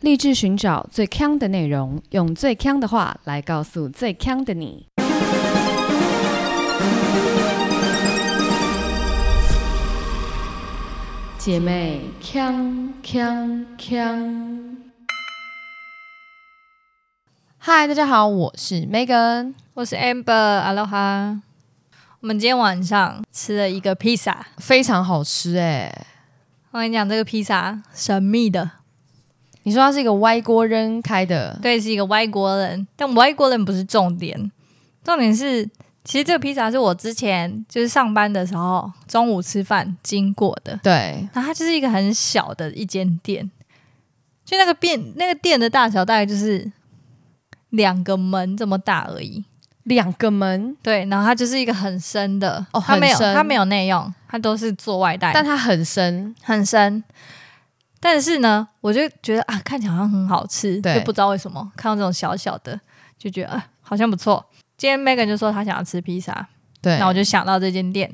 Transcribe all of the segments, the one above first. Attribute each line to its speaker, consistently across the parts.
Speaker 1: 立志寻找最强的内容，用最强的话来告诉最强的你。姐妹，强强强！
Speaker 2: 嗨，大家好，我是 Megan。
Speaker 3: 我是 Amber，Aloha。我们今天晚上吃了一个披萨，
Speaker 2: 非常好吃哎、
Speaker 3: 我跟你讲，这个披萨神秘的，
Speaker 2: 你说它是一个外国人开的，
Speaker 3: 对，是一个外国人，但外国人不是重点，重点是，其实这个披萨是我之前就是上班的时候中午吃饭经过的，
Speaker 2: 对，
Speaker 3: 然后它就是一个很小的一间店，就那个店那个店的大小大概就是两个门这么大而已，
Speaker 2: 两个门，
Speaker 3: 对，然后它就是一个很深的，
Speaker 2: 哦
Speaker 3: 它没有
Speaker 2: 很深
Speaker 3: 它没有内用，它都是做外带，
Speaker 2: 但它很深，
Speaker 3: 很深。但是呢，我就觉得啊，看起来好像很好吃，
Speaker 2: 对
Speaker 3: 就不知道为什么看到这种小小的就觉得啊，好像不错。今天 Megan 就说她想要吃披萨，
Speaker 2: 对
Speaker 3: 那，我就想到这间店。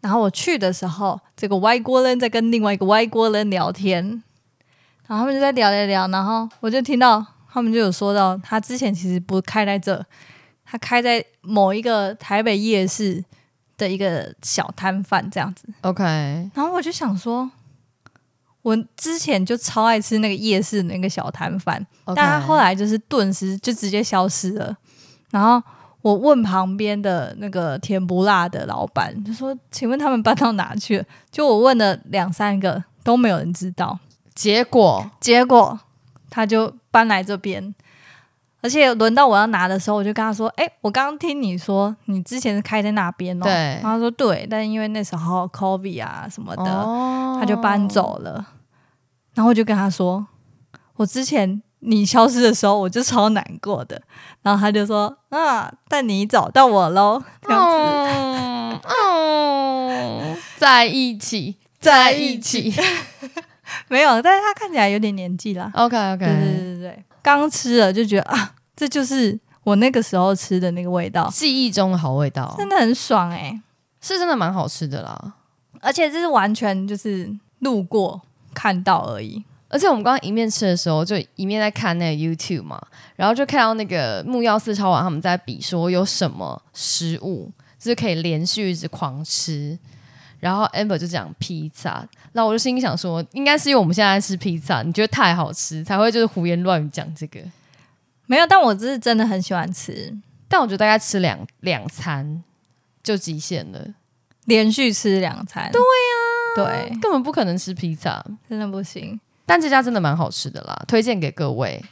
Speaker 3: 然后我去的时候，这个外国人在跟另外一个外国人聊天，然后他们就在聊聊聊，然后我就听到他们就有说到，他之前其实不开在这，他开在某一个台北夜市的一个小摊贩这样子。
Speaker 2: OK，
Speaker 3: 然后我就想说，我之前就超爱吃那个夜市那个小摊贩但他后来就是顿时就直接消失了。然后我问旁边的那个甜不辣的老板，就说：“请问他们搬到哪去了？”就我问了两三个都没有人知道，
Speaker 2: 结果
Speaker 3: 结果他就搬来这边。而且轮到我要拿的时候，我就跟他说：“哎、我刚刚听你说你之前是开在那边哦。”
Speaker 2: 对
Speaker 3: 然后他说：“对，但因为那时候 COVID 啊什么的，
Speaker 2: 哦
Speaker 3: 他就搬，走了。然后我就跟他说，我之前你消失的时候，我就超难过的。然后他就说，啊，但你找到我喽，这样子。
Speaker 2: 嗯嗯， 在一起，在
Speaker 3: 哦在
Speaker 2: 一
Speaker 3: 一
Speaker 2: 起
Speaker 3: 起 没有，但是他看起来有点年纪啦。
Speaker 2: ，OK
Speaker 3: 对对
Speaker 2: OK，
Speaker 3: 对对对，刚吃了就觉得啊，这就是我那个时候吃的那个味道，
Speaker 2: 记忆中的好味道，
Speaker 3: 真的很爽哎、
Speaker 2: 是真的蛮好吃的啦。
Speaker 3: 而且这是完全就是路过看到而已。
Speaker 2: 而且我们刚刚一面吃的时候，就一面在看那个 YouTube 嘛，然后就看到那个木曜四超玩他们在比说有什么食物就是可以连续一直狂吃。然后 Amber 就讲披萨，那我就心里想说，应该是因为我们现在在吃披萨，你觉得太好吃才会就是胡言乱语讲这个。
Speaker 3: 没有，但我只是真的很喜欢吃，
Speaker 2: 但我觉得大概吃两两餐就极限了，
Speaker 3: 连续吃两餐。对
Speaker 2: 啊
Speaker 3: 呀、对，
Speaker 2: 根本不可能吃披萨。
Speaker 3: 真的不行。
Speaker 2: 但这家真的蛮好吃的啦，推荐给各位。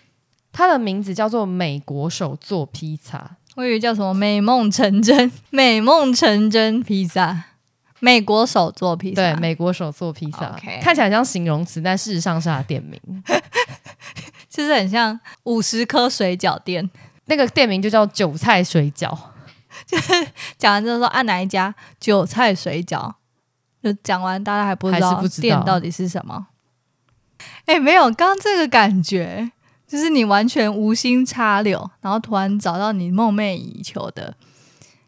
Speaker 2: 它的名字叫做美国手做披萨。
Speaker 3: 我以为叫什么“美梦成真”， 美梦成真披萨，美国手做披萨。
Speaker 2: 对，美国手做披萨
Speaker 3: OK
Speaker 2: 看起来像形容词，但事实上是它的店名。
Speaker 3: 就是很像五十颗水饺店。
Speaker 2: 那个店名就叫韭菜水饺，
Speaker 3: 讲完之后说按哪一家韭菜水饺，就讲完大家还不知
Speaker 2: 还
Speaker 3: 道
Speaker 2: 是不知道
Speaker 3: 店到底是什么。哎，没有，刚刚这个感觉就是你完全无心插柳，然后突然找到你梦寐以求的，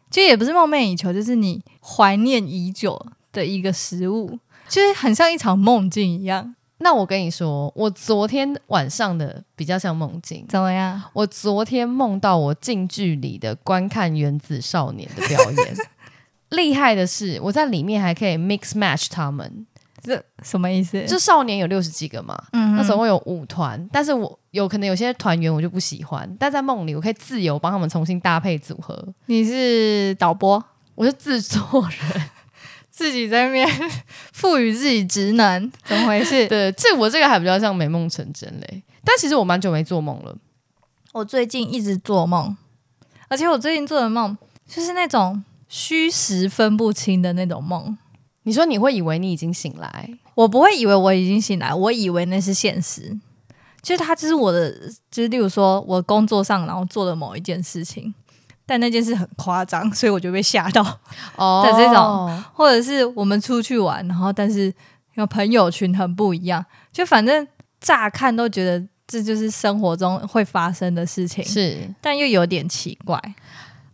Speaker 3: 就也不是梦寐以求，就是你怀念已久的一个食物，就是很像一场梦境一样。
Speaker 2: 那我跟你说，我昨天晚上的比较像梦境。
Speaker 3: 怎么样？
Speaker 2: 我昨天梦到我近距离的观看《原子少年》的表 演，厉害的是我在里面还可以 mix match 他们。
Speaker 3: 这什么意思？
Speaker 2: 就少年有六十几个嘛，
Speaker 3: 嗯
Speaker 2: 那总共有五团，但是我有可能有些团员我就不喜欢，但在梦里我可以自由帮他们重新搭配组合，
Speaker 3: 你是导播，
Speaker 2: 我是制作人。
Speaker 3: 自己在那边 赋予自己职能，怎么回 事？
Speaker 2: 对，这我这个还比较像美梦成真嘞。但其实我蛮久没做梦了，
Speaker 3: 我最近一直做梦，而且我最近做的梦就是那种虚实分不清的那种梦。
Speaker 2: 你说你会以为你已经醒来，
Speaker 3: 我不会以为我已经醒来，我以为那是现实。就是它，就是我的，就是例如说我工作上然后做了某一件事情，但那件事很夸张，所以我就被吓到。
Speaker 2: 哦
Speaker 3: 的这种或者是我们出去玩，然后但是有朋友群很不一样，就反正乍看都觉得这就是生活中会发生的事情，
Speaker 2: 是
Speaker 3: 但又有点奇怪。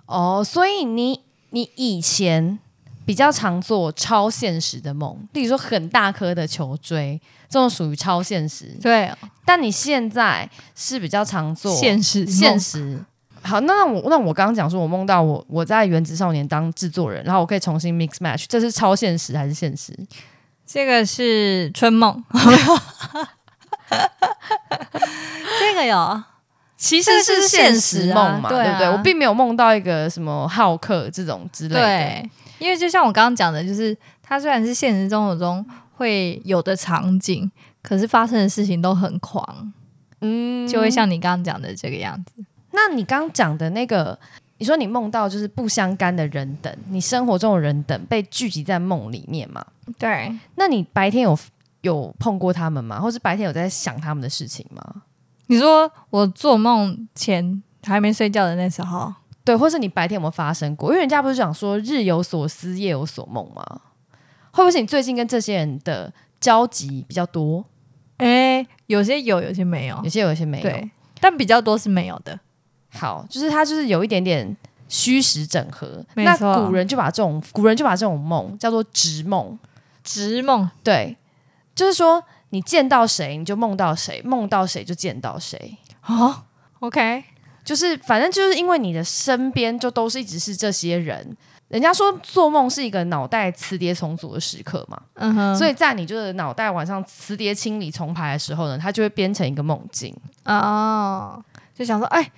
Speaker 2: 哦，所以你你以前比较常做超现实的梦，例如说很大颗的球追，这种属于超现实。
Speaker 3: 对，哦
Speaker 2: 但你现在是比较常做
Speaker 3: 现实
Speaker 2: 现
Speaker 3: 实
Speaker 2: 实。好，那那我那我刚刚讲说，我梦到我我在《原子少年》当制作人，然后我可以重新 mix match，这是超现实还是现实？
Speaker 3: 这个是春梦，这个有
Speaker 2: 其
Speaker 3: 这
Speaker 2: 实
Speaker 3: 个就是
Speaker 2: 是
Speaker 3: 现
Speaker 2: 现
Speaker 3: 实
Speaker 2: 实
Speaker 3: 啊
Speaker 2: 梦嘛，
Speaker 3: 对啊
Speaker 2: 对不对？我并没有梦到一个什么好客这种之类的。
Speaker 3: 对，因为就像我刚刚讲的，就是它虽然是现实生活中会有的场景，可是发生的事情都很狂，
Speaker 2: 嗯
Speaker 3: 就会像你刚刚讲的这个样子。
Speaker 2: 那你刚讲的那个，你说你梦到就是不相干的人等，你生活中的人等被聚集在梦里面嘛？
Speaker 3: 对，
Speaker 2: 那你白天有有碰过他们吗？或是白天有在想他们的事情吗？
Speaker 3: 你说我做梦前还没睡觉的那时候，
Speaker 2: 对，或是你白天有没有发生过？因为人家不是讲说日有所思，夜有所梦吗？会不会是你最近跟这些人的交集比较多？
Speaker 3: 哎，有些有，有些没有
Speaker 2: 有，些有，有些没有。
Speaker 3: 对，但比较多是没有的。
Speaker 2: 好，就是它就是有一点点虚实整合。
Speaker 3: 没
Speaker 2: 那
Speaker 3: 错
Speaker 2: 古人就把这种古人就把这种梦叫做直梦。
Speaker 3: 直梦，
Speaker 2: 对，就是说你见到谁你就梦到谁，梦到谁就见到谁，
Speaker 3: 哦，OK，
Speaker 2: 就是反正就是因为你的身边就都是一直是这些人。人家说做梦是一个脑袋磁碟重组的时刻嘛，
Speaker 3: 嗯哼，
Speaker 2: 所
Speaker 3: 以
Speaker 2: 以在你就是脑袋晚上磁碟清理重排的时候呢，它就会编成一个梦境。
Speaker 3: 哦，就想说，哎，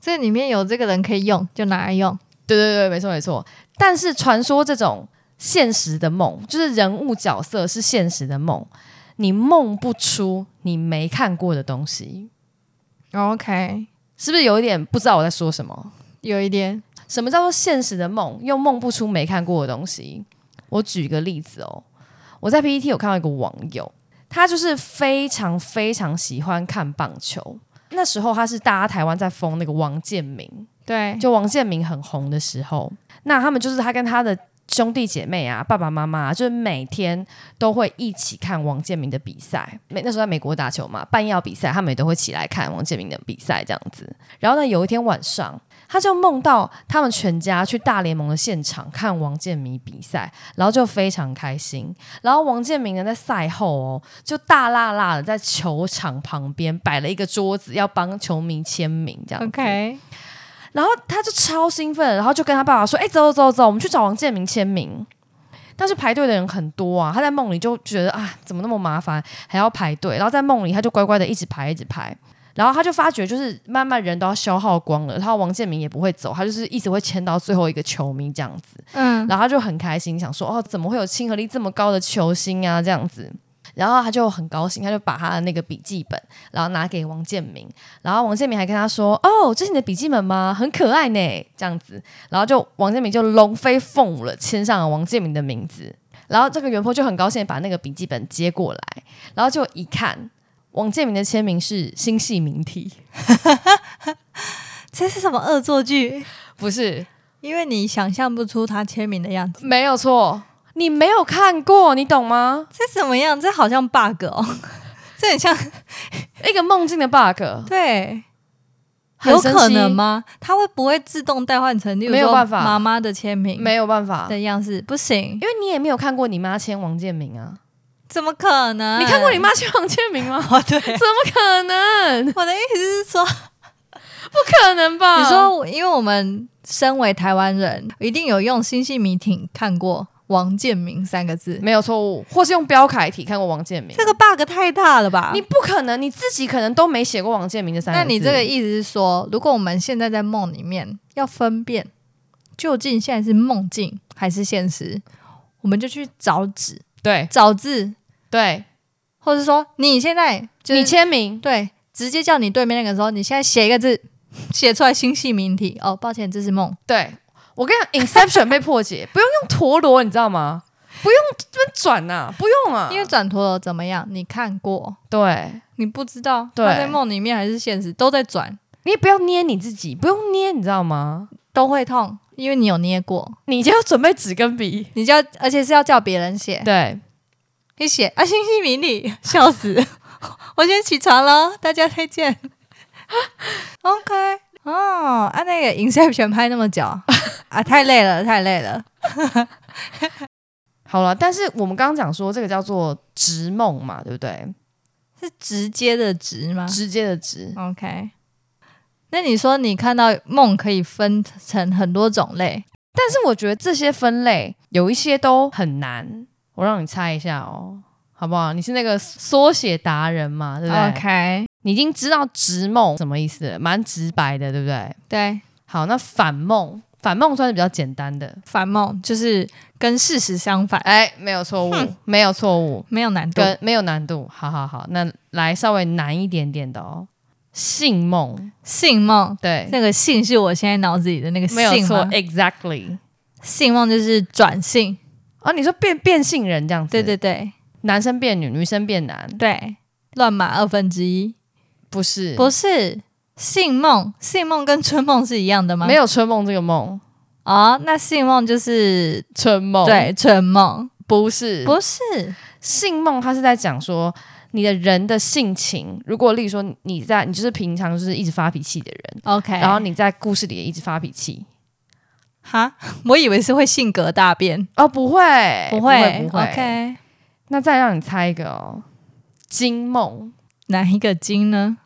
Speaker 3: 这里面有这个人可以用，就拿来用。
Speaker 2: 对对对，没错没错。但是传说这种现实的梦，就是人物角色是现实的梦，你梦不出你没看过的东西，
Speaker 3: OK，
Speaker 2: 是不是有一点不知道我在说什么？
Speaker 3: 有一点，
Speaker 2: 什么叫做现实的梦？又梦不出没看过的东西。我举一个例子哦，我在 PPT 有看到一个网友，他就是非常非常喜欢看棒球。那时候他是大家台湾在封那个王建民，
Speaker 3: 对，
Speaker 2: 就王建民很红的时候，那他们就是他跟他的兄弟姐妹啊、爸爸妈妈啊、就是每天都会一起看王建民的比赛。美那时候在美国打球嘛，半夜要比赛，他们也都会起来看王建民的比赛这样子。然后呢，有一天晚上，他就梦到他们全家去大联盟的现场看王建民比赛，然后就非常开心。然后王建民呢，在赛后哦，就大辣辣的在球场旁边摆了一个桌子，要帮球迷签名这样子。
Speaker 3: OK，
Speaker 2: 然后他就超兴奋，然后就跟他爸爸说：“哎、走走走走，我们去找王建民签名。”但是排队的人很多啊，他在梦里就觉得啊，怎么那么麻烦，还要排队。然后在梦里他就乖乖的一直排，一直排。然后他就发觉，就是慢慢人都要消耗光了，然后王建民也不会走，他就是一直会签到最后一个球迷这样子。
Speaker 3: 嗯，
Speaker 2: 然后他就很开心，想说哦，怎么会有亲和力这么高的球星啊？这样子，然后他就很高兴，他就把他的那个笔记本，然后拿给王建民，然后王建民还跟他说：“哦，这是你的笔记本吗？很可爱呢。”这样子，然后就王建民就龙飞凤舞了，签上了王建民的名字。然后这个袁坡就很高兴地把那个笔记本接过来，然后就一看，王建民的签名是星系名体，
Speaker 3: 这是什么恶作剧？
Speaker 2: 不是
Speaker 3: 因为你想象不出他签名的样子，
Speaker 2: 没有错，你没有看过，你懂吗？
Speaker 3: 这怎么样？这好像 bug 哦，这很像
Speaker 2: 一个梦境的 bug。
Speaker 3: 对，
Speaker 2: 很
Speaker 3: 有
Speaker 2: 神
Speaker 3: 可
Speaker 2: 奇
Speaker 3: 能吗？他会不会自动代换成，例如
Speaker 2: 没有
Speaker 3: 说
Speaker 2: 办法
Speaker 3: 妈妈的签名
Speaker 2: 没有办法，
Speaker 3: 的样式？不行
Speaker 2: 因，为你也没有看过你妈签王建民啊。
Speaker 3: 怎么可能？
Speaker 2: 你看过你？妈签王建民吗？
Speaker 3: 啊 哦，对，
Speaker 2: 怎么可能？
Speaker 3: 我的意思是说，
Speaker 2: 不可能吧？
Speaker 3: 你说我，因为我们身为台湾人，一定有用星系迷挺看过王建民三个字，
Speaker 2: 没有错误，或是用标楷体看过王建民？
Speaker 3: 这个 bug 太大了吧？
Speaker 2: 你不可能，你自己可能都没写过王建民的三个
Speaker 3: 那
Speaker 2: 字。
Speaker 3: 你这个意思是说，如果我们现在在梦里面要分辨究竟现在是梦境还是现实，我们就去找纸、
Speaker 2: 对
Speaker 3: 找字，
Speaker 2: 对，
Speaker 3: 或者说你现在就是
Speaker 2: 你签名
Speaker 3: 对，直接叫你对面那个时候，你现在写一个字， 写出来星系名体。哦，抱歉，这是梦。
Speaker 2: 对。我跟你讲，Inception 被破解， 不用用陀螺，你知道吗？不用这边转呐，不用啊，
Speaker 3: 因为转陀螺怎么样？你看过，
Speaker 2: 对
Speaker 3: 你不知道
Speaker 2: 对
Speaker 3: 它在梦里面还是现实都在转，
Speaker 2: 你也不要捏你自己，不用捏，你知道吗？
Speaker 3: 都会痛，因为你有捏过，
Speaker 2: 你就要准备纸跟笔，
Speaker 3: 你就要，而且是要叫别人写。
Speaker 2: 对，
Speaker 3: 一写啊，星星迷 你，笑死！我先起床了，大家再见。OK，哦，啊，那个 Inception 拍那么久啊，太累了，太累了。
Speaker 2: 好了，但是我们刚刚讲说这个叫做直梦嘛，对不对？
Speaker 3: 是直接的直吗
Speaker 2: 直接的直，
Speaker 3: ？OK。那你说你看到梦可以分成很多种类，
Speaker 2: 但是我觉得这些分类有一些都很难，我让你猜一下哦，好不好？你是那个缩写达人嘛，对不对
Speaker 3: OK，
Speaker 2: 你已经知道直梦什么意思了，蛮直白的，对不对？
Speaker 3: 对，
Speaker 2: 好，那反梦，反梦算是比较简单的，
Speaker 3: 反梦就是跟事实相反，
Speaker 2: 哎，没有错误，没有错误，
Speaker 3: 没有难度。
Speaker 2: 跟没有难度，好好好，那来稍微难一点点的哦，性梦，
Speaker 3: 性梦，
Speaker 2: 对，
Speaker 3: 那个性是我现在脑子里的那个性
Speaker 2: 没有错
Speaker 3: 吗
Speaker 2: ，exactly。
Speaker 3: 性梦就是转性，
Speaker 2: 哦，你说变变性人这样子，
Speaker 3: 对对对
Speaker 2: 男生变女，女生变男，
Speaker 3: 对，乱码二分之一，
Speaker 2: 不是，
Speaker 3: 不是性梦，性梦跟春梦是一样的吗？
Speaker 2: 没有春梦这个梦，
Speaker 3: 啊、那性梦就是
Speaker 2: 春梦，
Speaker 3: 对春梦，
Speaker 2: 不哦是，
Speaker 3: 不是
Speaker 2: 性梦，它是在讲说你的人的性情。如果例如说你在你就是平常就是一直发脾气的人，
Speaker 3: OK。
Speaker 2: 然后你在故事里也一直发脾气
Speaker 3: 哈， 我以为是会性格大变，
Speaker 2: 哦，不会，
Speaker 3: 不
Speaker 2: 会，
Speaker 3: 会
Speaker 2: 不会。
Speaker 3: OK。
Speaker 2: 那再让你猜一个哦，金梦，
Speaker 3: 哪一个金呢？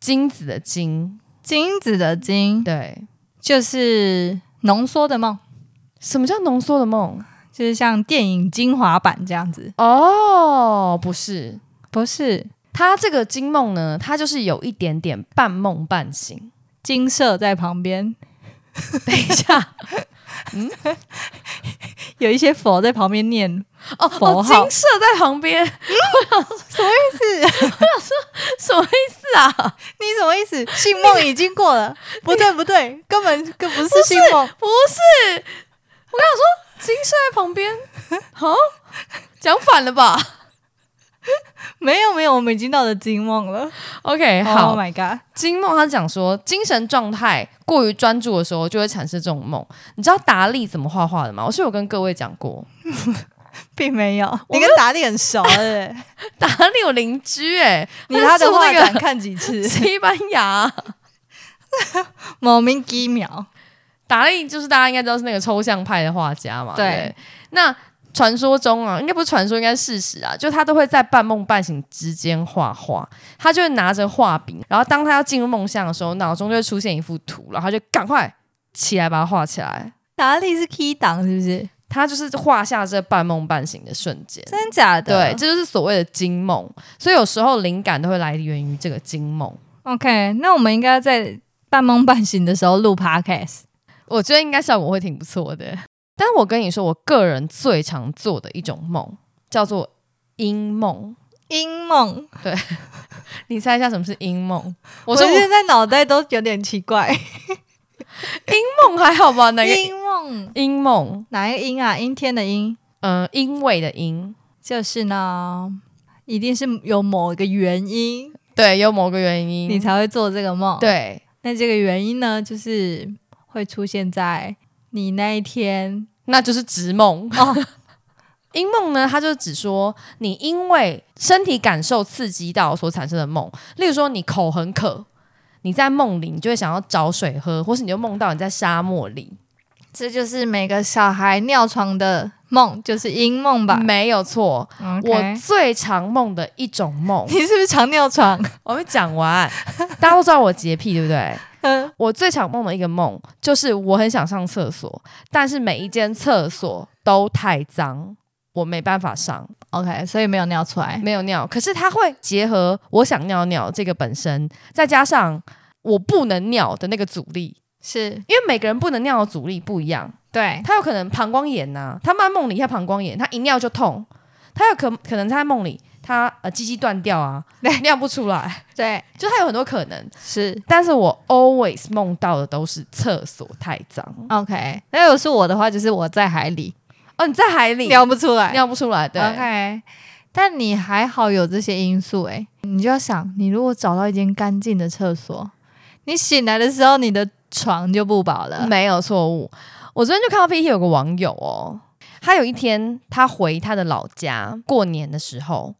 Speaker 2: 金子的金，
Speaker 3: 金子的金
Speaker 2: 对，
Speaker 3: 就是浓缩的梦，
Speaker 2: 什么叫浓缩的梦？
Speaker 3: 就是像电影精华版这样子，
Speaker 2: 哦，不是，
Speaker 3: 不是
Speaker 2: 它这个金梦呢，它就是有一点点半梦半醒。
Speaker 3: 金色在旁边， 嗯
Speaker 2: 等一 下，
Speaker 3: 有一些佛在旁边念
Speaker 2: 哦
Speaker 3: 佛
Speaker 2: 哦，金
Speaker 3: 号
Speaker 2: 色在旁边，什么意思？我想说什么意思啊？
Speaker 3: 你什么意思？性梦已经过了？不对不对，根本根本不是性梦，
Speaker 2: 不是，我刚想说金色在旁 边，哦，讲反了吧
Speaker 3: 没有没有，我们已经到了金梦了。
Speaker 2: ？OK，好哎
Speaker 3: Oh my god！
Speaker 2: 金哦梦他讲说，精神状态过于专注的时候，就会产生这种梦。你知道达利怎么画画的吗？我是有跟各位讲过，
Speaker 3: 并没有，
Speaker 2: 我
Speaker 3: 你跟达利很熟对不对
Speaker 2: 达利有邻居哎、
Speaker 3: 你他的
Speaker 2: 住
Speaker 3: 画
Speaker 2: 那
Speaker 3: 展
Speaker 2: 个？
Speaker 3: 看几 次
Speaker 2: 西班牙。
Speaker 3: 某名其妙。
Speaker 2: 达利就是大家应该知道是那个抽象派的画家嘛。
Speaker 3: 对
Speaker 2: 对，那传说中啊，应该不是传说，应该是事实啊，就他都会在半梦半醒之间画画，他就会拿着画笔，然后当他要进入梦乡的时候，脑中就会出现一幅图，然后他就赶快起来把它画起来。
Speaker 3: 达利是 key 档是不是？
Speaker 2: 他就是画下这半梦半醒的瞬间。
Speaker 3: 真假
Speaker 2: 对
Speaker 3: 的？，
Speaker 2: 这就是所谓的惊梦，所以有时候灵感都会来源于这个惊梦。
Speaker 3: ，OK，那我们应该在半梦半醒的时候录 podcast。
Speaker 2: 我觉得应该效果会挺不错的。但是我跟你说，我个人最常做的一种梦叫做阴梦。
Speaker 3: 阴梦，
Speaker 2: 你猜一下什么是阴梦？我
Speaker 3: 我
Speaker 2: 说
Speaker 3: 现
Speaker 2: 我
Speaker 3: 在脑袋都有点奇 怪。
Speaker 2: 梦还好吧？哪个
Speaker 3: 阴梦，
Speaker 2: 阴梦？
Speaker 3: 哪一个阴啊？阴天的阴，
Speaker 2: 嗯、因为的因，
Speaker 3: 就是呢，一定是有某一个原因，
Speaker 2: 对，有某个原因。
Speaker 3: 你才会做这个梦。，
Speaker 2: 对
Speaker 3: 那这个原因呢，就是会出现在你那一天
Speaker 2: 那就是直梦。
Speaker 3: 哦，
Speaker 2: 阴梦呢，它就是指说你因为身体感受刺激到所产生的梦，例如说你口很渴，你在梦里你就会想要找水喝，或是你就梦到你在沙漠里，
Speaker 3: 这就是每个小孩尿床的梦，就是阴梦吧。
Speaker 2: 没有错。我
Speaker 3: 嗯 OK
Speaker 2: 最常梦的一种梦
Speaker 3: 你，是不是常尿床？
Speaker 2: 我没讲完。 大家都知道我洁癖，对不对？
Speaker 3: 嗯
Speaker 2: 我最常梦的一个梦就是我很想上厕所，但是每一间厕所都太脏，我没办法上，
Speaker 3: ，OK，所以没有尿出来。
Speaker 2: 没有尿。可是它会结合我想尿尿这个本身，再加上我不能尿的那个阻力，
Speaker 3: 是
Speaker 2: 因为每个人不能尿的阻力不一样。
Speaker 3: 对，
Speaker 2: 他有可能膀胱炎呐、他在梦里他膀胱炎，他一尿就痛，他有可可能在梦里他呃鸡鸡断掉啊，尿不出来，
Speaker 3: 对，
Speaker 2: 就他有很多可能。
Speaker 3: 是
Speaker 2: 但是我 always 梦到的都是厕所太
Speaker 3: 嗯
Speaker 2: 脏
Speaker 3: OK。那如果是我的话，就是我在海里
Speaker 2: 哦，你在海里
Speaker 3: 尿不啊出来。
Speaker 2: 尿不出来，对
Speaker 3: OK，但你还好有这些因素诶、你就要想，你如果找到一间干净的厕所，你醒来的时候，你的床就不保了。
Speaker 2: 没有错误。我昨天就看到 PPT 有个网友哦，他有一天他回他的老家过年的时候，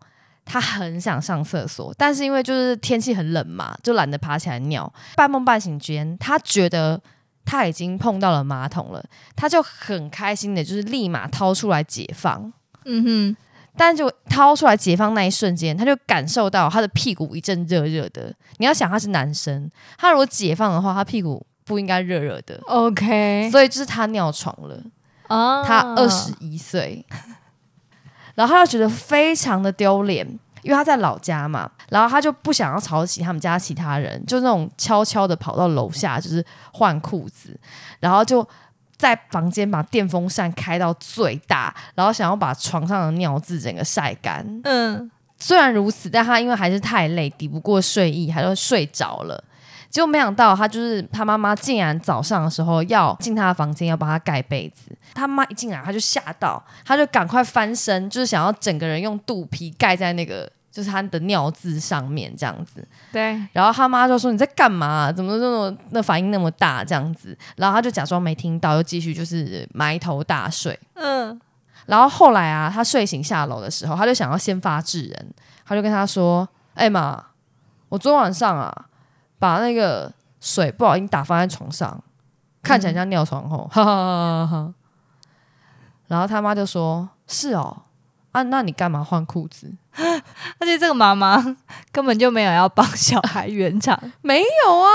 Speaker 2: 他很想上厕所，但是因为就是天气很冷嘛，就懒得爬起来尿。半梦半醒间，他觉得他已经碰到了马桶了，他就很开心的，就是立马掏出来解放。
Speaker 3: 嗯哼，
Speaker 2: 但就掏出来解放那一瞬间，他就感受到他的屁股一阵热热的。你要想他是男生，他如果解放的话，他屁股不应该热热的，
Speaker 3: OK，
Speaker 2: 所以就是他尿床了。
Speaker 3: 啊
Speaker 2: 他二十一岁， 然后他就觉得非常的丢脸，因为他在老家嘛，然后他就不想要吵醒他们家其他人，就那种悄悄的跑到楼下，就是换裤子，然后就。在房间把电风扇开到最大，然后想要把床上的尿渍整个晒干。
Speaker 3: 嗯，
Speaker 2: 虽然如此，但他因为还是太累，抵不过睡意，还是睡着了。结果没想到，他就是他妈妈，竟然早上的时候要进他的房间，要帮他盖被子。他妈一进来，他就吓到，他就赶快翻身，就是想要整个人用肚皮盖在那个就是他的尿渍上面这样子。
Speaker 3: 对，
Speaker 2: 然后他妈就说：“你在干嘛、怎么这么那反应那么大这样子？”然后他就假装没听到，又继续就是埋头大睡。
Speaker 3: 嗯，
Speaker 2: 然后后来啊，他睡醒下楼的时候，他就想要先发制人，他就跟他说：“哎、妈，我昨天晚上啊，把那个水不小心打翻在床上，看起来像尿床后，哈哈哈哈哈。”然后他妈就说：“是哦，啊，那你干嘛换裤子？
Speaker 3: 而且这个妈妈根本就没有要帮小孩圆 场，
Speaker 2: 没有啊，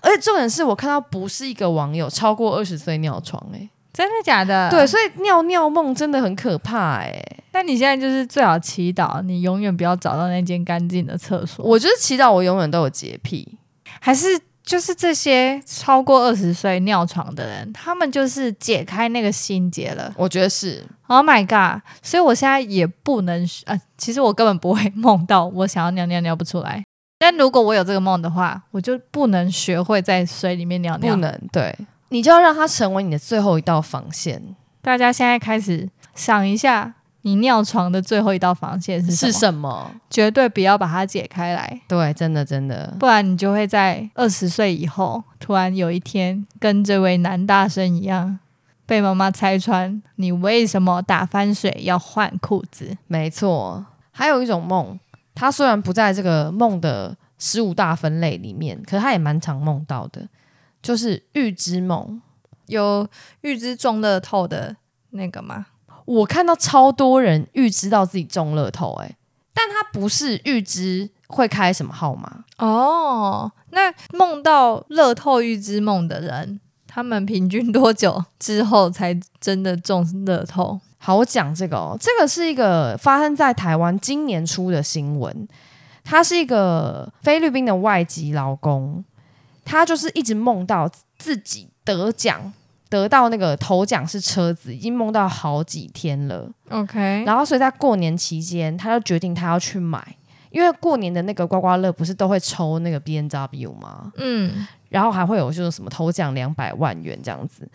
Speaker 2: 而且重点是我看到不是一个网友超过二十岁尿床、欸，
Speaker 3: 真的假的？
Speaker 2: 对，，所以尿尿梦真的很可怕、欸，
Speaker 3: 那你现在就是最好祈祷，你永远不要找到那间干净的厕所。
Speaker 2: 我就是祈祷我永远都有洁癖。”
Speaker 3: 还是就是这些超过二十岁尿床的人，他们就是解开那个心结了。
Speaker 2: 我觉得是，
Speaker 3: Oh my god！所以我现在也不能呃，其实我根本不会梦到我想要尿尿尿不出来。但如果我有这个梦的话，我就不能学会在水里面尿
Speaker 2: 不
Speaker 3: 尿。
Speaker 2: 能对，你就要让它成为你的最后一道防线
Speaker 3: 大家现在开始想一下，你尿床的最后一道防线是什么？
Speaker 2: 是什么？
Speaker 3: 绝对不要把它解开来，
Speaker 2: 对，真的真的，
Speaker 3: 不然你就会在二十岁以后，突然有一天跟这位男大生一样，被妈妈拆穿你为什么打翻水要换裤子。
Speaker 2: 没错。还有一种梦，它虽然不在这个梦的十五大分类里面，可是它也蛮常梦到的，就是预知梦。
Speaker 3: 有预知中乐透的那个吗？
Speaker 2: 我看到超多人预知到自己中乐透、欸，但他不是预知会开什么号码，
Speaker 3: 哦，那梦到乐透预知梦的人，他们平均多久之后才真的中乐透？
Speaker 2: 好，我讲这个哦，这个是一个发生在台湾今年初的新闻。他是一个菲律宾的外籍劳工，他就是一直梦到自己得奖，得到那个头奖是车子，已经梦到好几天了。
Speaker 3: OK，
Speaker 2: 然后所以在过年期间，他就决定他要去买，因为过年的那个刮刮乐不是都会抽那个 B N W 吗？
Speaker 3: 嗯，
Speaker 2: 然后还会有就是什么头奖两百万元这样子。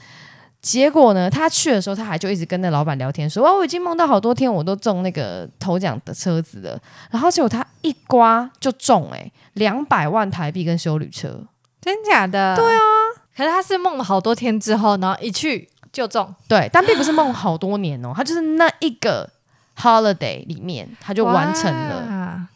Speaker 2: 结果呢，他去的时候，他还就一直跟那老板聊天，说：“哇，哦我已经梦到好多天，我都中那个头奖的车子了。”然后结果他一刮就中、欸，两百万台币跟修旅车。
Speaker 3: 真假的？对啊，可是他是梦了好多天之后，然后一去就中，
Speaker 2: 对，但并不是梦好多年哦，他就是那一个 holiday 里面，他就完成了，
Speaker 3: 哇。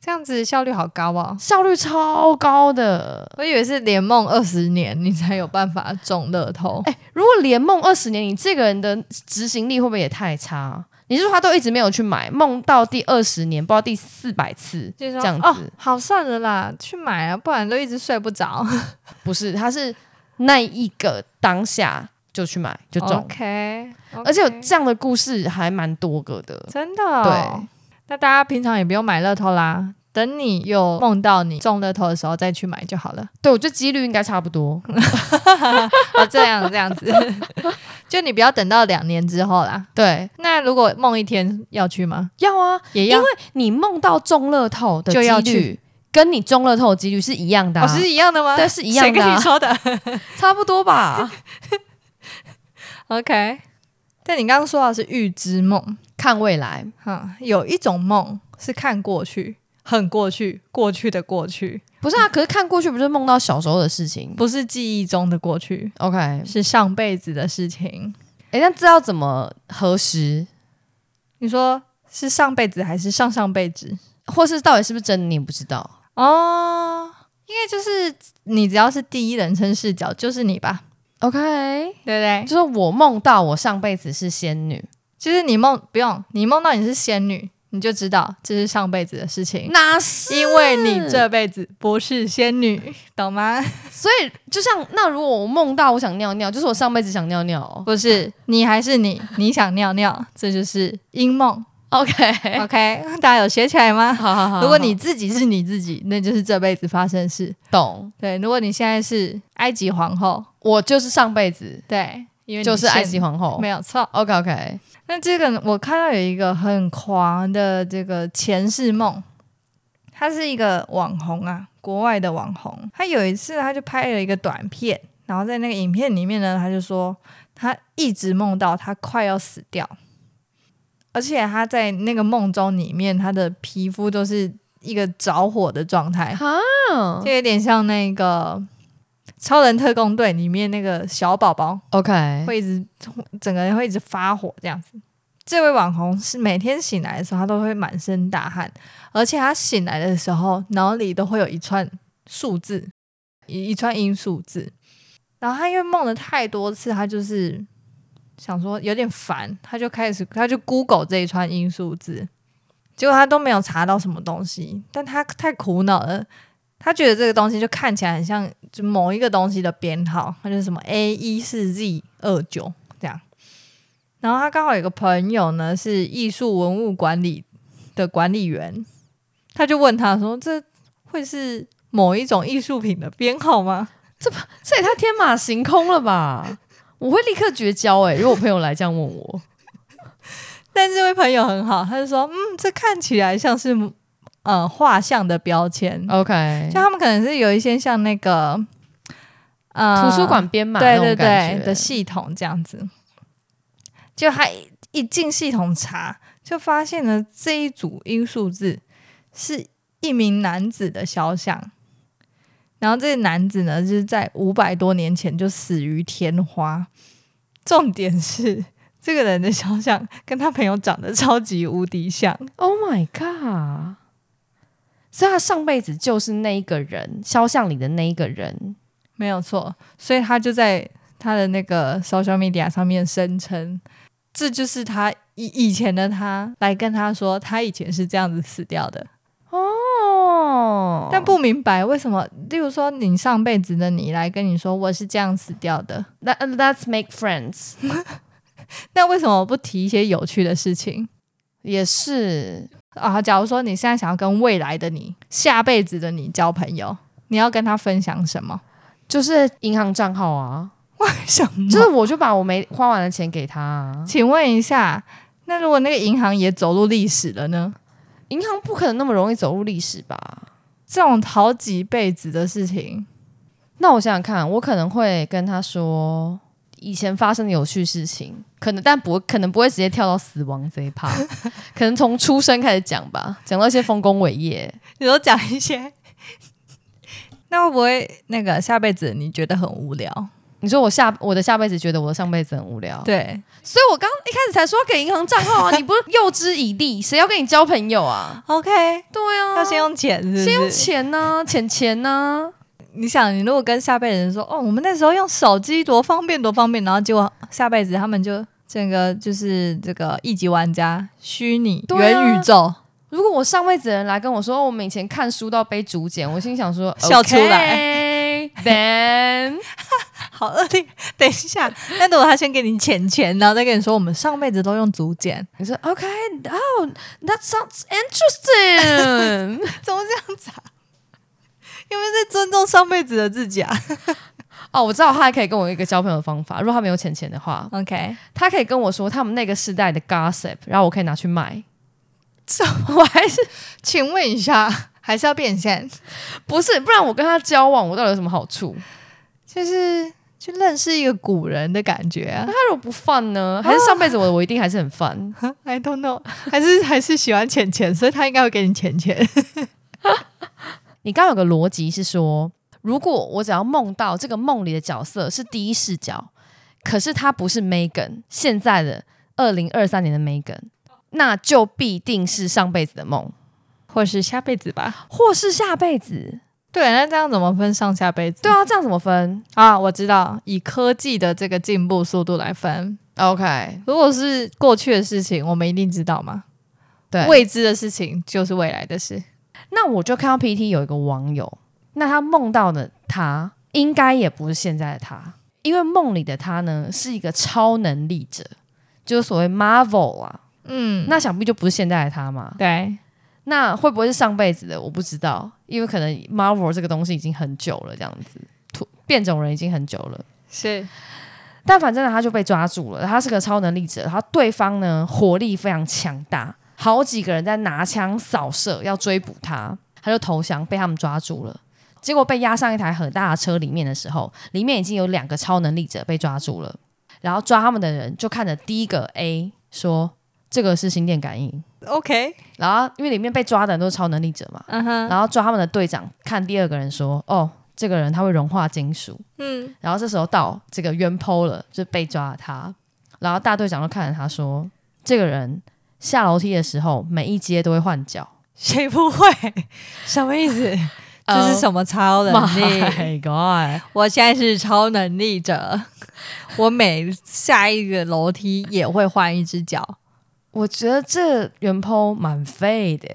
Speaker 3: 这样子效率好高哦！
Speaker 2: 效率超高的。
Speaker 3: 我以为是连梦二十年你才有办法中乐透。
Speaker 2: 哎、如果连梦二十年，你这个人的执行力会不会也太差？你是说他都一直没有去买，梦到第二十年，不知道第四百次这
Speaker 3: 就是说
Speaker 2: 样子？
Speaker 3: 哦，好算了啦，去买啊，不然都一直睡不着。
Speaker 2: 不是，他是那一个当下就去买就中
Speaker 3: OK，,
Speaker 2: 而且有这样的故事还蛮多个的。
Speaker 3: 真的、哦、对。那大家平常也不用买乐透啦，等你有梦到你中乐透的时候再去买就 好了。
Speaker 2: 对，我觉得几率应该差不多。
Speaker 3: 哦，这样这样子， 就你不要等到两年之后啦。
Speaker 2: 对，
Speaker 3: 那如果梦一天要去吗？
Speaker 2: 要啊，
Speaker 3: 也要，
Speaker 2: 因为你梦到中乐透的
Speaker 3: 就要
Speaker 2: 几率
Speaker 3: 去
Speaker 2: 跟你中乐透的几率是一样的、啊
Speaker 3: 哦，是一样的吗？
Speaker 2: 对是一样的啊
Speaker 3: 谁跟你说的
Speaker 2: 差不多吧？
Speaker 3: ？OK。但你刚刚说到是预知梦，
Speaker 2: 看未来，
Speaker 3: 哈、有一种梦是看过去，很过去，过去的过去，
Speaker 2: 不是啊？可是看过去不是梦到小时候的事情
Speaker 3: 不是记忆中的过去，
Speaker 2: ？OK，
Speaker 3: 是上辈子的事情。
Speaker 2: 哎，那这要怎么核实？
Speaker 3: 你说是上辈子还是上上辈子？
Speaker 2: 或是到底是不是真的，你也不知道。
Speaker 3: 哦，因为就是你只要是第一人称视角，就是你吧，
Speaker 2: OK，
Speaker 3: 对不对？
Speaker 2: 就是我梦到我上辈子是仙女，
Speaker 3: 就是你梦不用，你梦到你是仙女，你就知道这是上辈子的事情，
Speaker 2: 哪是？
Speaker 3: 因为你
Speaker 2: 嗯
Speaker 3: 这辈子不是仙女，懂吗？
Speaker 2: 所以就像那如果我梦到我想尿尿，就是我上辈子想尿尿哦。
Speaker 3: 不是，你还是你，你想尿尿，这就是阴梦。
Speaker 2: OK，
Speaker 3: OK，大家有学起来吗？
Speaker 2: 好哎好好。
Speaker 3: 如果你
Speaker 2: 好
Speaker 3: 自己是你自己，那就是这辈子发生的事。
Speaker 2: 懂，
Speaker 3: 对，如果你现在是埃及皇后，
Speaker 2: 我就是上辈子
Speaker 3: 对，因为你
Speaker 2: 就是埃及
Speaker 3: 皇
Speaker 2: 皇后
Speaker 3: 没。有错。
Speaker 2: OK OK，
Speaker 3: 那这个我看到有一个很狂的这个前世梦，他是一个网红啊，国外的网红。他有一次他就拍了一个短片，然后在那个影片里面呢，他就说他一直梦到他快要死掉，而且他在那个梦中里面，他的皮肤都是一个着火的状态，
Speaker 2: 哈，
Speaker 3: 就有点像那个超人特工队里面那个小宝宝。
Speaker 2: OK，
Speaker 3: 会一直整个人会一直发火这样子。这位网红是每天醒来的时候，他都会满身大汗，而且他醒来的时候脑里都会有一串数字，一一串音数字。然后他因为梦了太多次，他就是想说有点烦，他就开始他就 Google 这一串音数字，结果他都没有查到什么东西，但他太苦恼了。他觉得这个东西就看起来很像就某一个东西的编号，它就是什么 A 一四 Z 二九这样。然后他刚好有个朋友呢是艺术文物管理的管理员，他就问他说：“这会是某一种艺术品的编号吗
Speaker 2: 这也太天马行空了吧！我会立刻绝交哎、如果我朋友来这样问我，？”
Speaker 3: 但这位朋友很好，他就说：“嗯，这看起来像是呃画像的标签，
Speaker 2: 哦 OK，
Speaker 3: 就他们可能是有一些像那个呃
Speaker 2: 图书馆编码那
Speaker 3: 对
Speaker 2: 种
Speaker 3: 对
Speaker 2: 感
Speaker 3: 对
Speaker 2: 觉
Speaker 3: 的系统这样子。就他一一进系统查，就发现了这一组音数字是一名男子的肖像，然后这个男子呢，就是在五百多年前就死于天花。重点是，这个人的肖像跟他朋友长得超级无敌像。
Speaker 2: Oh my god！所以他上辈子就是那一个人，肖像里的那一个人。
Speaker 3: 没有错，所以他就在他的那个 social media 上面声称，这就是他以以前的他来跟他说，他以前是这样子死掉的。
Speaker 2: 哦
Speaker 3: 但不明白为什么，例如说你上辈子的你来跟你说我是这样死掉的，啊
Speaker 2: That Let's make friends
Speaker 3: 那为什么不提一些有趣的事情
Speaker 2: 也是
Speaker 3: 啊？假如说你现在想要跟未来的你、下辈子的你交朋友，你要跟他分享什么？
Speaker 2: 就是银行账号啊，
Speaker 3: 什么
Speaker 2: 就是我就把我没花完的钱给他、啊。
Speaker 3: 请问一下，那如果那个银行也走入历史了呢？
Speaker 2: 银行不可能那么容易走入历史吧？
Speaker 3: 这种好几辈子的事情，
Speaker 2: 那我想想看，我可能会跟他说以前发生的有趣事情，可能但不可能不会直接跳到死亡这一 趴，可能从出生开始讲吧，讲到一些丰功伟业。
Speaker 3: 你都讲一些。 那会不会那个下辈子你觉得很无聊？
Speaker 2: 你说我下我的下辈子觉得我的上辈子很无聊，，
Speaker 3: 对，
Speaker 2: 所以我刚一开始才说给银行账号 啊，你不是诱之以利，谁要跟你交朋友啊？
Speaker 3: ，OK，
Speaker 2: 对啊，
Speaker 3: 要先用钱是不是
Speaker 2: 先用。钱呐、钱钱啊呐、
Speaker 3: 你想，你如果跟下辈人说，哦，我们那时候用手机多方便多方便，然后结果下辈子他们就整个就是这个一级玩家、虚拟、
Speaker 2: 对啊
Speaker 3: 元宇宙，
Speaker 2: 如果我上辈子的人来跟我说，哦我们以前看书到背竹简，我心想说
Speaker 3: 笑出
Speaker 2: 来。Then
Speaker 3: 好恶劣。等一下， 那如果他先给你钱钱，然后再跟你说，我们上辈子都用竹简，
Speaker 2: 你说 OK，oh, that sounds interesting
Speaker 3: 怎么这样子啊？ 有没有在尊重上辈子的自己啊
Speaker 2: 哦，我知道他还可以跟我一个交朋友的方法，如果他没有钱钱的话，
Speaker 3: ？OK，
Speaker 2: 他可以跟我说他们那个世代的 gossip，然后我可以拿去卖。我还是
Speaker 3: 请问一下， 还是要变现？
Speaker 2: 不是？不然我跟他交往，我到底有什么好处？
Speaker 3: 就是去认识一个古人的感觉啊
Speaker 2: 那他如果不犯呢？还是上辈子我我一定还是很 犯？
Speaker 3: ？I don't know，还是还是喜欢钱钱，所以他应该会给你钱钱。
Speaker 2: 你刚刚有个逻辑是说，如果我只要梦到这个梦里的角色是第一视角，可是他不是 Megan 现在的二零二三年的 Megan，那就必定是上辈子的梦，
Speaker 3: 或是下辈子吧。
Speaker 2: 或是下辈子。
Speaker 3: 对，那这样怎么分上下辈子？
Speaker 2: 对啊，这样怎么分
Speaker 3: 啊，我知道，以科技的这个进步速度来分，
Speaker 2: ？OK，
Speaker 3: 如果是过去的事情，我们一定知道嘛。
Speaker 2: 对，
Speaker 3: 未知的事情就是未来的事。
Speaker 2: 那我就看到 PT 有一个网友，那他梦到的他应该也不是现在的他，因为梦里的他呢是一个超能力者，就是所谓 Marvel 啊，
Speaker 3: 嗯，
Speaker 2: 那想必就不是现在的他嘛。
Speaker 3: 对，
Speaker 2: 那会不会是上辈子的？我不知道，因为可能 Marvel 这个东西已经很久了，这样子，突变种人已经很久了。
Speaker 3: 是
Speaker 2: 但反正呢他就被抓住了，他是个超能力者，然后对方呢火力非常强大，好几个人在拿枪扫射要追捕他，他就投降，被他们抓住了。结果被押上一台很大的车里面的时候，里面已经有两个超能力者被抓住了，然后抓他们的人就看着第一个 A 说：“这个是心电感应。
Speaker 3: OK，”
Speaker 2: 然后因为里面被抓的人都是超能力者嘛，
Speaker 3: 嗯哼，
Speaker 2: 然后抓他们的队长看第二个人说：“哦，这个人他会融化金属。”
Speaker 3: 嗯，
Speaker 2: 然后这时候到这个冤剖了，就被抓了他。然后大队长就看着他说：“这个人下楼梯的时候，每一阶都会换脚。
Speaker 3: 谁不会？ 什么意 思？这是什么超能力
Speaker 2: Oh My God！
Speaker 3: 我现在是超能力者，我每下一个楼梯也会换一只脚，
Speaker 2: 我觉得这原剖蛮废的，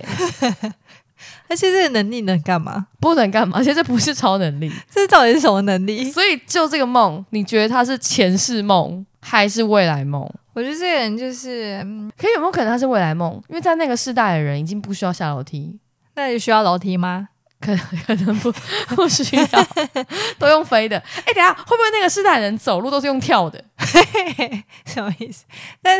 Speaker 3: 而且这个能力能干嘛？
Speaker 2: 不能干嘛，而且这不是超能力。
Speaker 3: 这到底是什么能力？
Speaker 2: 所以就这个梦，你觉得它是前世梦还是未来梦？
Speaker 3: 我觉得这个人就是，嗯
Speaker 2: 可有没有可能它是未来梦？因为在那个世代的人已经不需要下楼梯，
Speaker 3: 那你需要楼梯吗？
Speaker 2: 可可能不不需 要，都用飞的。哎、等一下会不会那个世代的人走路都是用跳的？
Speaker 3: 什么意思？那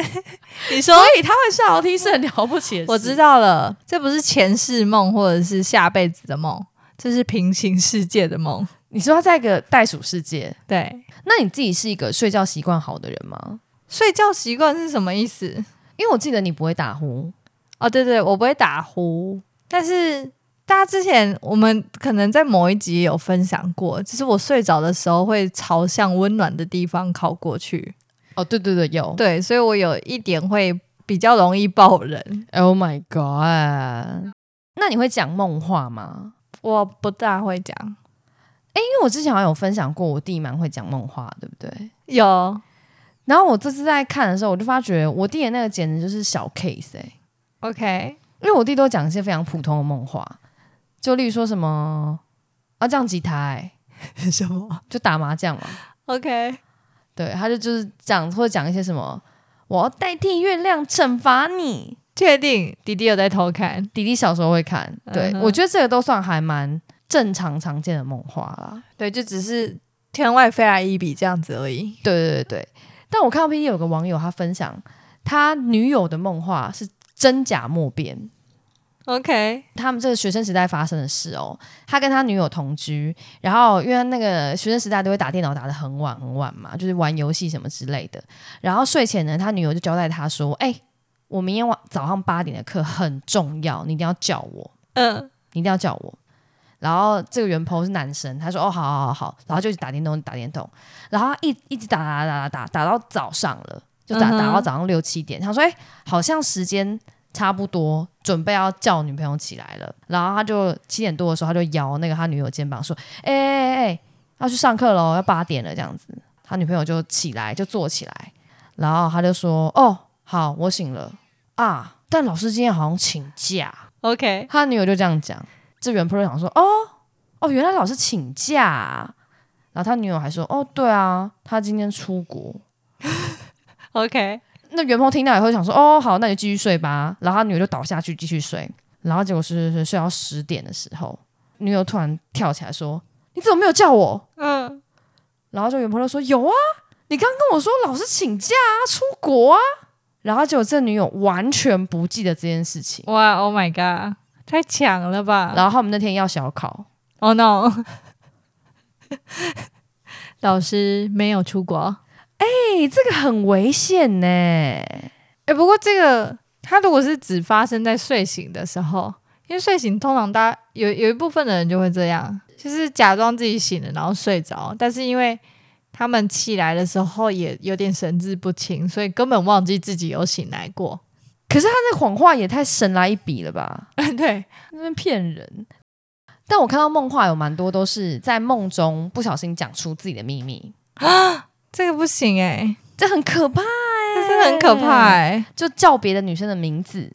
Speaker 3: 你说
Speaker 2: 所以他会下楼梯是很了不起的事。
Speaker 3: 我知道了，这不是前世梦或者是下辈子的梦，这是平行世界的梦。
Speaker 2: 你说他在一个袋鼠世界，
Speaker 3: 对，
Speaker 2: 那你自己是一个睡觉习惯好的人吗？
Speaker 3: 睡觉习惯是什么意思？
Speaker 2: 因为我记得你不会打呼，
Speaker 3: 哦，对对，我不会打呼，但是大家之前我们可能在某一集有分享过，就是我睡着的时候会朝向温暖的地方靠过去，
Speaker 2: 哦，对对对，有。
Speaker 3: 对，所以我有一点会比较容易抱人，
Speaker 2: Oh my god！那你会讲梦话吗？
Speaker 3: 我不大会讲，
Speaker 2: 因为我之前好像有分享过，我弟蛮会讲梦话，对不对？
Speaker 3: 有
Speaker 2: 然后我这次在看的时候，我就发觉我弟的那个简直就是小 case 哎、
Speaker 3: OK，
Speaker 2: 因为我弟都讲一些非常普通的梦话，就例如说什么啊，这样几台
Speaker 3: 什么
Speaker 2: 就打麻将嘛，
Speaker 3: OK？
Speaker 2: 对，他就就是讲或者讲一些什么，我要代替月亮惩罚你。
Speaker 3: 确定弟弟有在偷看。
Speaker 2: 弟弟小时候会看，对、
Speaker 3: 嗯哼
Speaker 2: 我觉得这个都算还蛮正常常见的梦话啦。
Speaker 3: 对，就只是天外飞来一笔这样子而已。
Speaker 2: 对对对对，但我看到 P D 有个网友他分享他女友的梦话是真假莫辨。
Speaker 3: OK，
Speaker 2: 他们这个学生时代发生的事哦，他跟他女友同居，然后因为那个学生时代都会打电脑打得很晚很晚嘛，就是玩游戏什么之类的。然后睡前呢，他女友就交代他说：“哎、我明天晚早上八点的课很重要，你一定要叫我，
Speaker 3: 嗯，
Speaker 2: 你一定要叫我。”然后这个原 po 是男生，他说：“哦，好好好好。”然后就一直打电动，打电动，然后他一一直打打打打打打到早上了，就打
Speaker 3: 嗯哼
Speaker 2: 打到早上六七点。他说：“哎、好像时间差不多，准备要叫女朋友起来了。”然后他就七点多的时候，他就摇那个他女友肩膀说：“哎哎哎哎，要去上课喽，要八点了这样子。”他女朋友就起来，就坐起来，然后他就说：“哦，好，我醒了啊，但老师今天好像请假。”
Speaker 3: OK，
Speaker 2: 他女友就这样讲，这原 pro 想说，哦哦，原来老师请假啊、然后他女友还说，哦，对啊，他今天出国。
Speaker 3: OK，
Speaker 2: 那原 pro 听到以后想说，哦，好，那你就继续睡吧。然后他女友就倒下去继续睡，然后结果睡睡睡睡到十点的时候，女友突然跳起来说，你怎么没有叫我？
Speaker 3: 嗯，
Speaker 2: 然后就原 pro 说，有啊，你刚跟我说老师请假啊，出国啊。然后结果这女友完全不记得这件事情。
Speaker 3: 哇，Oh my god，太强了吧
Speaker 2: 然后他们那天要小考，
Speaker 3: ！Oh no，老师没有出国。
Speaker 2: 哎，这个很危险呢、
Speaker 3: 哎、不过这个他如果是只发生在睡醒的时候，因为睡醒通常大家有有一部分的人就会这样，就是假装自己醒了然后睡着，但是因为他们起来的时候也有点神志不清，所以根本忘记自己有醒来过。
Speaker 2: 可是他那谎话也太神来一笔了吧？
Speaker 3: 对，
Speaker 2: 那边骗人。但我看到梦话有蛮多都是在梦中不小心讲出自己的秘密，
Speaker 3: 这个不行哎、
Speaker 2: 这很可怕哎、
Speaker 3: 这真的很可怕哎、
Speaker 2: 就叫别的女生的名字，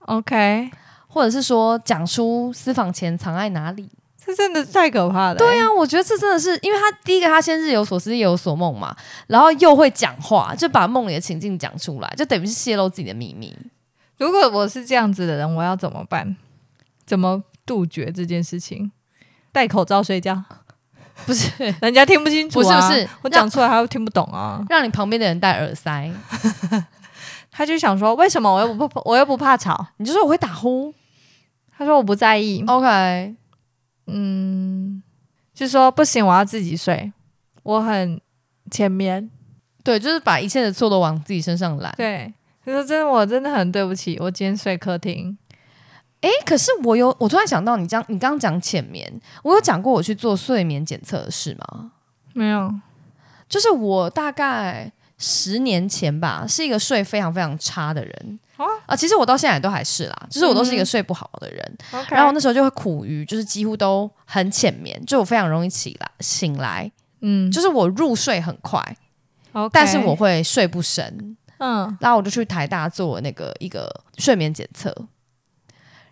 Speaker 3: OK，
Speaker 2: 或者是说讲出私房钱藏在哪里。
Speaker 3: 这真的太可怕了、
Speaker 2: 对啊，我觉得这真的是，因为他第一个他先日有所思夜有所梦嘛，然后又会讲话，就把梦里的情境讲出来，就等于是泄露自己的秘密。
Speaker 3: 如果我是这样子的人，我要怎么办？怎么杜绝这件事情？戴口罩睡 觉，
Speaker 2: 不是
Speaker 3: 人家听不清楚、
Speaker 2: 不是
Speaker 3: 啊，
Speaker 2: 不是
Speaker 3: 我讲出来他会听不懂啊。
Speaker 2: 让你旁边的人戴耳塞，
Speaker 3: 他就想说，为什么我又不怕，我又不怕吵？
Speaker 2: 你就说我会打呼
Speaker 3: 他说我不在意，
Speaker 2: ，OK，
Speaker 3: 嗯，就说不行，我要自己睡，我很前面。
Speaker 2: 对，就是把一切的错都往自己身上揽。
Speaker 3: 对，他说真的，我真的很对不起，我今天睡客厅。
Speaker 2: 诶，可是我有，我突然想到你讲，你刚刚讲浅眠，我有讲过我去做睡眠检测的事吗？
Speaker 3: 没有，
Speaker 2: 就是我大概十年前吧，是一个睡非常非常差的人啊、
Speaker 3: 哦
Speaker 2: 其实我到现在也都还是啦，就是我都是一
Speaker 3: 嗯
Speaker 2: 个睡不好的人，然
Speaker 3: 然
Speaker 2: 后我
Speaker 3: 后呢？
Speaker 2: 那时候就会苦于就是几乎都很浅眠，就我非常容易起来醒来，
Speaker 3: 嗯，
Speaker 2: 就是我入睡很快，
Speaker 3: OK
Speaker 2: 但是我会睡不深，
Speaker 3: 嗯
Speaker 2: 然后我就去台大做那个一个睡眠检测，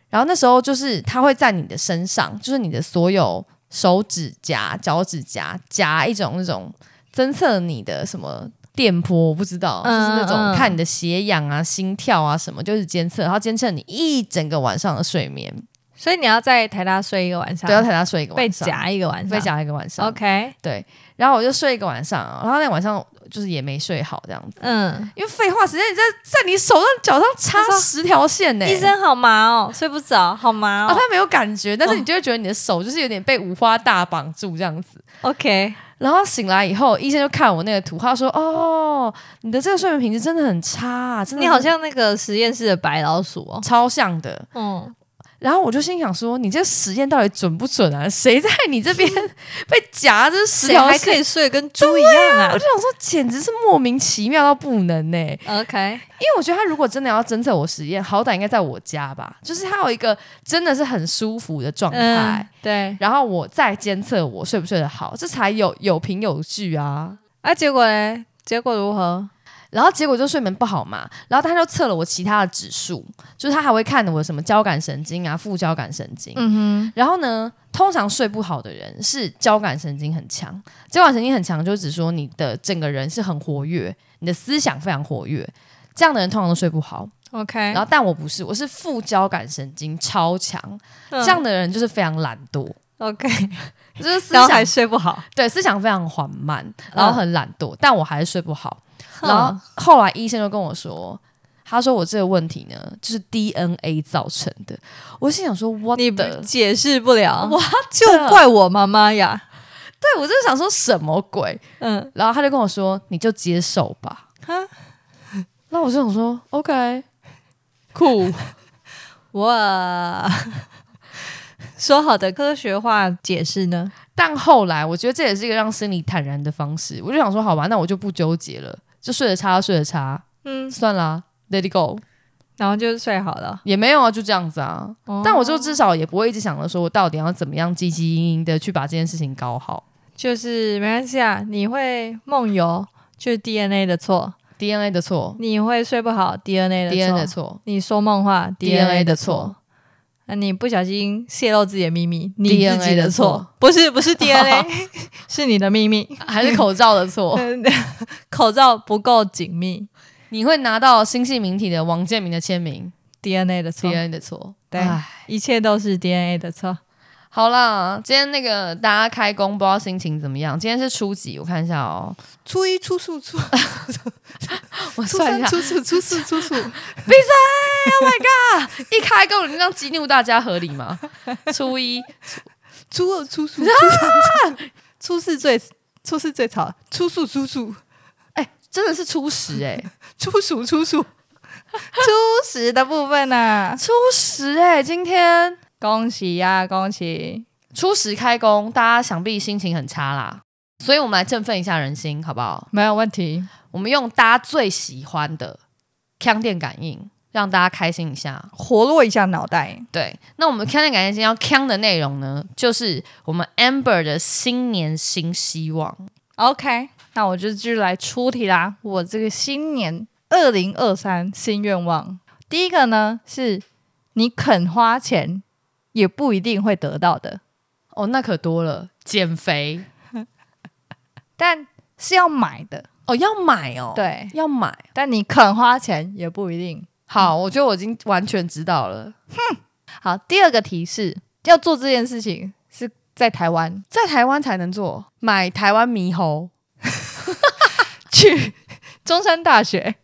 Speaker 2: 然后那时候就是它会在你的身上，就是你的所有手指甲、脚趾甲夹一种那种侦测你的什么。电波我不知道，就
Speaker 3: 嗯
Speaker 2: 是那
Speaker 3: 嗯
Speaker 2: 种
Speaker 3: 嗯
Speaker 2: 看你的血氧啊、心跳啊什么，就是监测，然后监测你一整个晚上的睡眠，
Speaker 3: 所以你要在台大睡一个晚上，
Speaker 2: 不要台大睡一个晚
Speaker 3: 被
Speaker 2: 上，
Speaker 3: 夹一个晚上，
Speaker 2: 被夹一个晚上。
Speaker 3: OK，
Speaker 2: 对，然后我就睡一个晚上，然后那晚上就是也没睡好这样子，
Speaker 3: 嗯，
Speaker 2: 因为废话，谁在你在在你手上脚上插
Speaker 3: 他说
Speaker 2: 十条线呢、
Speaker 3: 医生好麻哦，睡不着，好麻
Speaker 2: 啊，
Speaker 3: 哦。
Speaker 2: 他没有感觉，但是你就会觉得你的手就是有点被五花大绑住这样子。
Speaker 3: OK，
Speaker 2: 哦然后醒来以后，医生就看我那个图，他说：“哦，你的这个睡眠品质真的很差啊，真的
Speaker 3: 你
Speaker 2: 是
Speaker 3: 好像那个实验室的白老鼠哦。
Speaker 2: 超像的。”
Speaker 3: 嗯，
Speaker 2: 然后我就心想说：“你这个实验到底准不准啊？ 谁在你这边被夹着十
Speaker 3: 谁
Speaker 2: 条
Speaker 3: 还
Speaker 2: 线？”
Speaker 3: 可以睡跟猪一样啊
Speaker 2: 我就想说，简直是莫名其妙到不能呢、
Speaker 3: 啊？OK，
Speaker 2: 因为我觉得他如果真的要侦测我实验，好歹应该在我家吧，就是他有一个真的是很舒服的状态
Speaker 3: 嗯，，对。
Speaker 2: 然后我再监测我睡不睡得好，这才有有凭有据啊。
Speaker 3: 啊，结果嘞？结果如何？
Speaker 2: 然后结果就睡眠不好嘛，然后他就测了我其他的指数，就是他还会看我什么交感神经啊、副交感神经。
Speaker 3: 嗯
Speaker 2: 然后呢，通常睡不好的人是交感神经很强，交感神经很强就只说你的整个人是很活跃，你的思想非常活跃，这样的人通常都睡不好。
Speaker 3: 哼，OK，
Speaker 2: 然后但我不是，我是副交感神经超强，
Speaker 3: 嗯
Speaker 2: 这样的人就是非常懒 惰，
Speaker 3: OK，
Speaker 2: 就是思
Speaker 3: 然后还
Speaker 2: 想
Speaker 3: 睡不好，
Speaker 2: 对思想非常缓慢，然后很懒
Speaker 3: 嗯
Speaker 2: 惰，但我还是睡不好。然后
Speaker 3: 哼
Speaker 2: 后来医生就跟我说。他说我这个问题呢，就是 DNA 造成的。我心想说，我
Speaker 3: 你不
Speaker 2: 的
Speaker 3: 解释不了，
Speaker 2: 我
Speaker 3: 就怪我妈妈呀。
Speaker 2: 对我就是想说什么鬼？
Speaker 3: 嗯，
Speaker 2: 然后他就跟我说，你就接受吧。
Speaker 3: 哈
Speaker 2: 那我就想说，OK，酷，
Speaker 3: 哇， 说好的科学化解释呢？
Speaker 2: 但后来我觉得这也是一个让心里坦然的方式，我就想说，好吧，那我就不纠结了，就睡得差就睡得差，
Speaker 3: 嗯，
Speaker 2: 算啦，Let it go，
Speaker 3: 然后就睡好了。
Speaker 2: 也没有啊，就这样子啊。
Speaker 3: 哦
Speaker 2: 但我就至少也不会一直想着说我到底要怎么样积极营营的去把这件事情搞好。
Speaker 3: 就是没关系啊，你会梦游就是 DNA 的错，
Speaker 2: DNA 的错
Speaker 3: 你会睡不好 DNA 的错
Speaker 2: ，DNA 的错
Speaker 3: 你说梦话
Speaker 2: DNA 的
Speaker 3: 的
Speaker 2: 错，
Speaker 3: 那你不小心泄露自己的秘密，你
Speaker 2: DNA
Speaker 3: 自己
Speaker 2: 的
Speaker 3: 错
Speaker 2: 错，
Speaker 3: 不是不是 DNA，是 你的秘密。
Speaker 2: 还是口罩的错？
Speaker 3: 嗯口罩不够紧密
Speaker 2: 你会拿到星系名体的王建民的签名
Speaker 3: ，DNA 的错，
Speaker 2: ，DNA 的错。
Speaker 3: 对
Speaker 2: 唉
Speaker 3: 一切都是 DNA 的错。
Speaker 2: 好啦，今天那个大家开工，不知道心情怎么样？今天是初几？我看一下哦，
Speaker 3: 初一、初数、 初
Speaker 2: 我算一下，
Speaker 3: 四、初四、初五，
Speaker 2: 一开工你这样激怒大家合理吗？初一，
Speaker 3: 初二、初数、初三、初四最初四最吵，初数、初数、
Speaker 2: 哎、真的是初十哎、
Speaker 3: 初数、初 数、初十的部分啊呐、
Speaker 2: 初十哎、今天
Speaker 3: 恭喜呀、恭喜！
Speaker 2: 初十开工，大家想必心情很差啦，所以我们来振奋一下人心，好不好？
Speaker 3: 没有问题，
Speaker 2: 我们用大家最喜欢的腔电感应，让大家开心一下。
Speaker 3: 活络一下脑袋。
Speaker 2: 对，那我们看的感谢今天要看的内容呢，就是我们 Amber 的新年新希望。
Speaker 3: OK，那我就继续来出题啦。我这个新年二零二三新愿望，第一个呢是你肯花钱，也不一定会得到的，
Speaker 2: 哦，那可多了，减肥
Speaker 3: 但是要买的。
Speaker 2: 哦，要买哦，，
Speaker 3: 对，
Speaker 2: 要买。
Speaker 3: 但你肯花钱也不一定。
Speaker 2: 好，我觉得我已经完全知道了，
Speaker 3: 好，第二个提示，要做这件事情是在台湾
Speaker 2: 在台湾才能做，买台湾猕猴，
Speaker 3: 去中山大学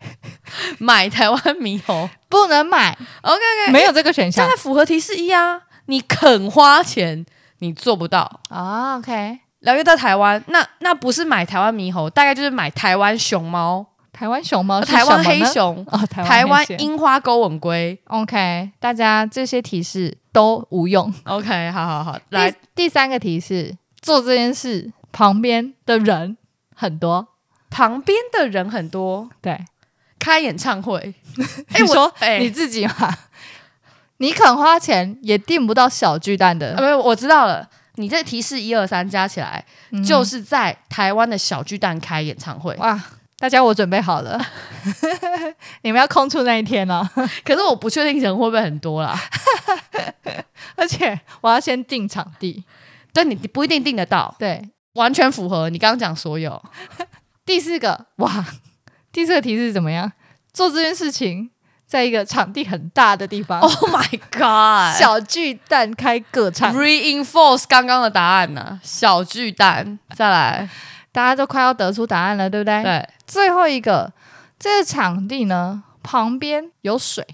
Speaker 2: 买台湾猕猴。
Speaker 3: 不能买，
Speaker 2: OK OK，
Speaker 3: 没有这个选
Speaker 2: 这
Speaker 3: 项
Speaker 2: 还符合提示一啊，你肯花钱，你做不到。
Speaker 3: 啊。OK，
Speaker 2: 然后又到台湾，那那不是买台湾猕猴，大概就是买台湾熊猫、
Speaker 3: 呃台湾熊哦猫是
Speaker 2: 台湾
Speaker 3: 什么
Speaker 2: 黑
Speaker 3: 呢
Speaker 2: 熊、
Speaker 3: 哦，台
Speaker 2: 台湾
Speaker 3: 黑熊
Speaker 2: 樱花钩吻龟。
Speaker 3: OK，大家这些提示都无用。
Speaker 2: OK，好好好，
Speaker 3: 来
Speaker 2: 来，，
Speaker 3: 第三个提示，做这件事旁边的人很多。
Speaker 2: 旁边的人很多，
Speaker 3: 对，
Speaker 2: 开演唱会。哎、
Speaker 3: 你
Speaker 2: 我
Speaker 3: 说
Speaker 2: 哎、
Speaker 3: 你自己嘛，你肯花钱也订不到小巨蛋
Speaker 2: 啊
Speaker 3: 的，
Speaker 2: 没有，我知道了。你这提示一二三加起来，
Speaker 3: 嗯
Speaker 2: 就是在台湾的小巨蛋开演唱会。
Speaker 3: 哇。大家，我准备好 了，你们要空出那一天哦。
Speaker 2: 可是我不确定人会不会很多啦，
Speaker 3: 而且我要先订场地。
Speaker 2: 但你不一定订得到，
Speaker 3: 对，
Speaker 2: 完全符合你刚刚讲所有。
Speaker 3: 第四个，哇，第四个提示怎么样？做这件事情，在一个场地很大的地方，
Speaker 2: Oh my god！
Speaker 3: 小巨蛋开歌唱，
Speaker 2: reinforce 刚刚的答案呢、小巨蛋，再来，
Speaker 3: 大家都快要得出答案了，对不对？
Speaker 2: 对，
Speaker 3: 最后一个，这个场地呢旁边有水，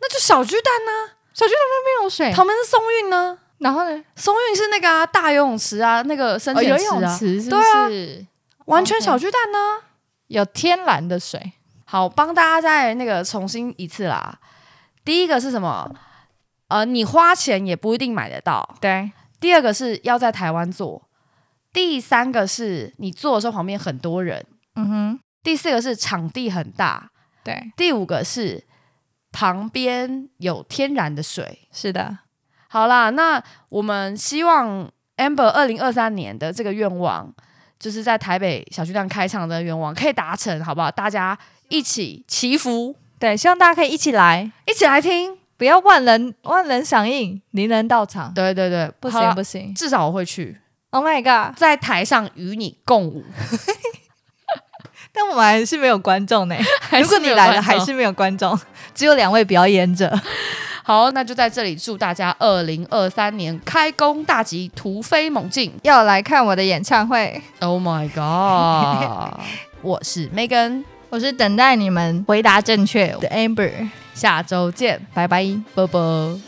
Speaker 2: 那就小巨蛋呢、
Speaker 3: 没有水，
Speaker 2: 旁边是松韵呢、
Speaker 3: 然后呢，
Speaker 2: 松韵是那个啊大游泳池啊，那个深
Speaker 3: 哦
Speaker 2: 浅
Speaker 3: 游
Speaker 2: 池哦啊，
Speaker 3: 泳池是不
Speaker 2: 对啊
Speaker 3: 是？
Speaker 2: 完全
Speaker 3: OK
Speaker 2: 小巨蛋呢、
Speaker 3: 有天然的水，
Speaker 2: 好，帮大家再那个重新一次啦。第一个是什么？呃，你花钱也不一定买得到。
Speaker 3: 对，
Speaker 2: 第二个是要在台湾做。第三个是你做的时候旁边很多人。
Speaker 3: 嗯哼，
Speaker 2: 第四个是场地很大。
Speaker 3: 对，
Speaker 2: 第五个是旁边有天然的水。
Speaker 3: 是的，
Speaker 2: 好啦，那我们希望 Amber 二零二三年的这个愿望，就是在台北小巨蛋开唱的愿望，可以达成，好不好？大家一起祈福，
Speaker 3: 对，希望大家可以一起来，
Speaker 2: 一起来听。
Speaker 3: 不要万人万人响应，零人到场，
Speaker 2: 对对对，
Speaker 3: 不
Speaker 2: 好
Speaker 3: 行
Speaker 2: 啦
Speaker 3: 不行
Speaker 2: 至少我会去，
Speaker 3: 啊，Oh my god！
Speaker 2: 在台上与你共舞。
Speaker 3: 但我们还是没有观众呢，
Speaker 2: 还
Speaker 3: 如果
Speaker 2: 是没
Speaker 3: 你
Speaker 2: 有
Speaker 3: 来了
Speaker 2: 观
Speaker 3: 还
Speaker 2: 众
Speaker 3: 是没有观众， 只有两位表演者，
Speaker 2: 好，那就在这里祝大家二零二三年开工大吉，突飞猛进。
Speaker 3: 要来看我的演唱会。
Speaker 2: Oh my god！我是 Megan，
Speaker 3: 我是等待你们回答正确的 Amber，
Speaker 2: 下周见，
Speaker 3: 拜拜。
Speaker 2: 啵啵。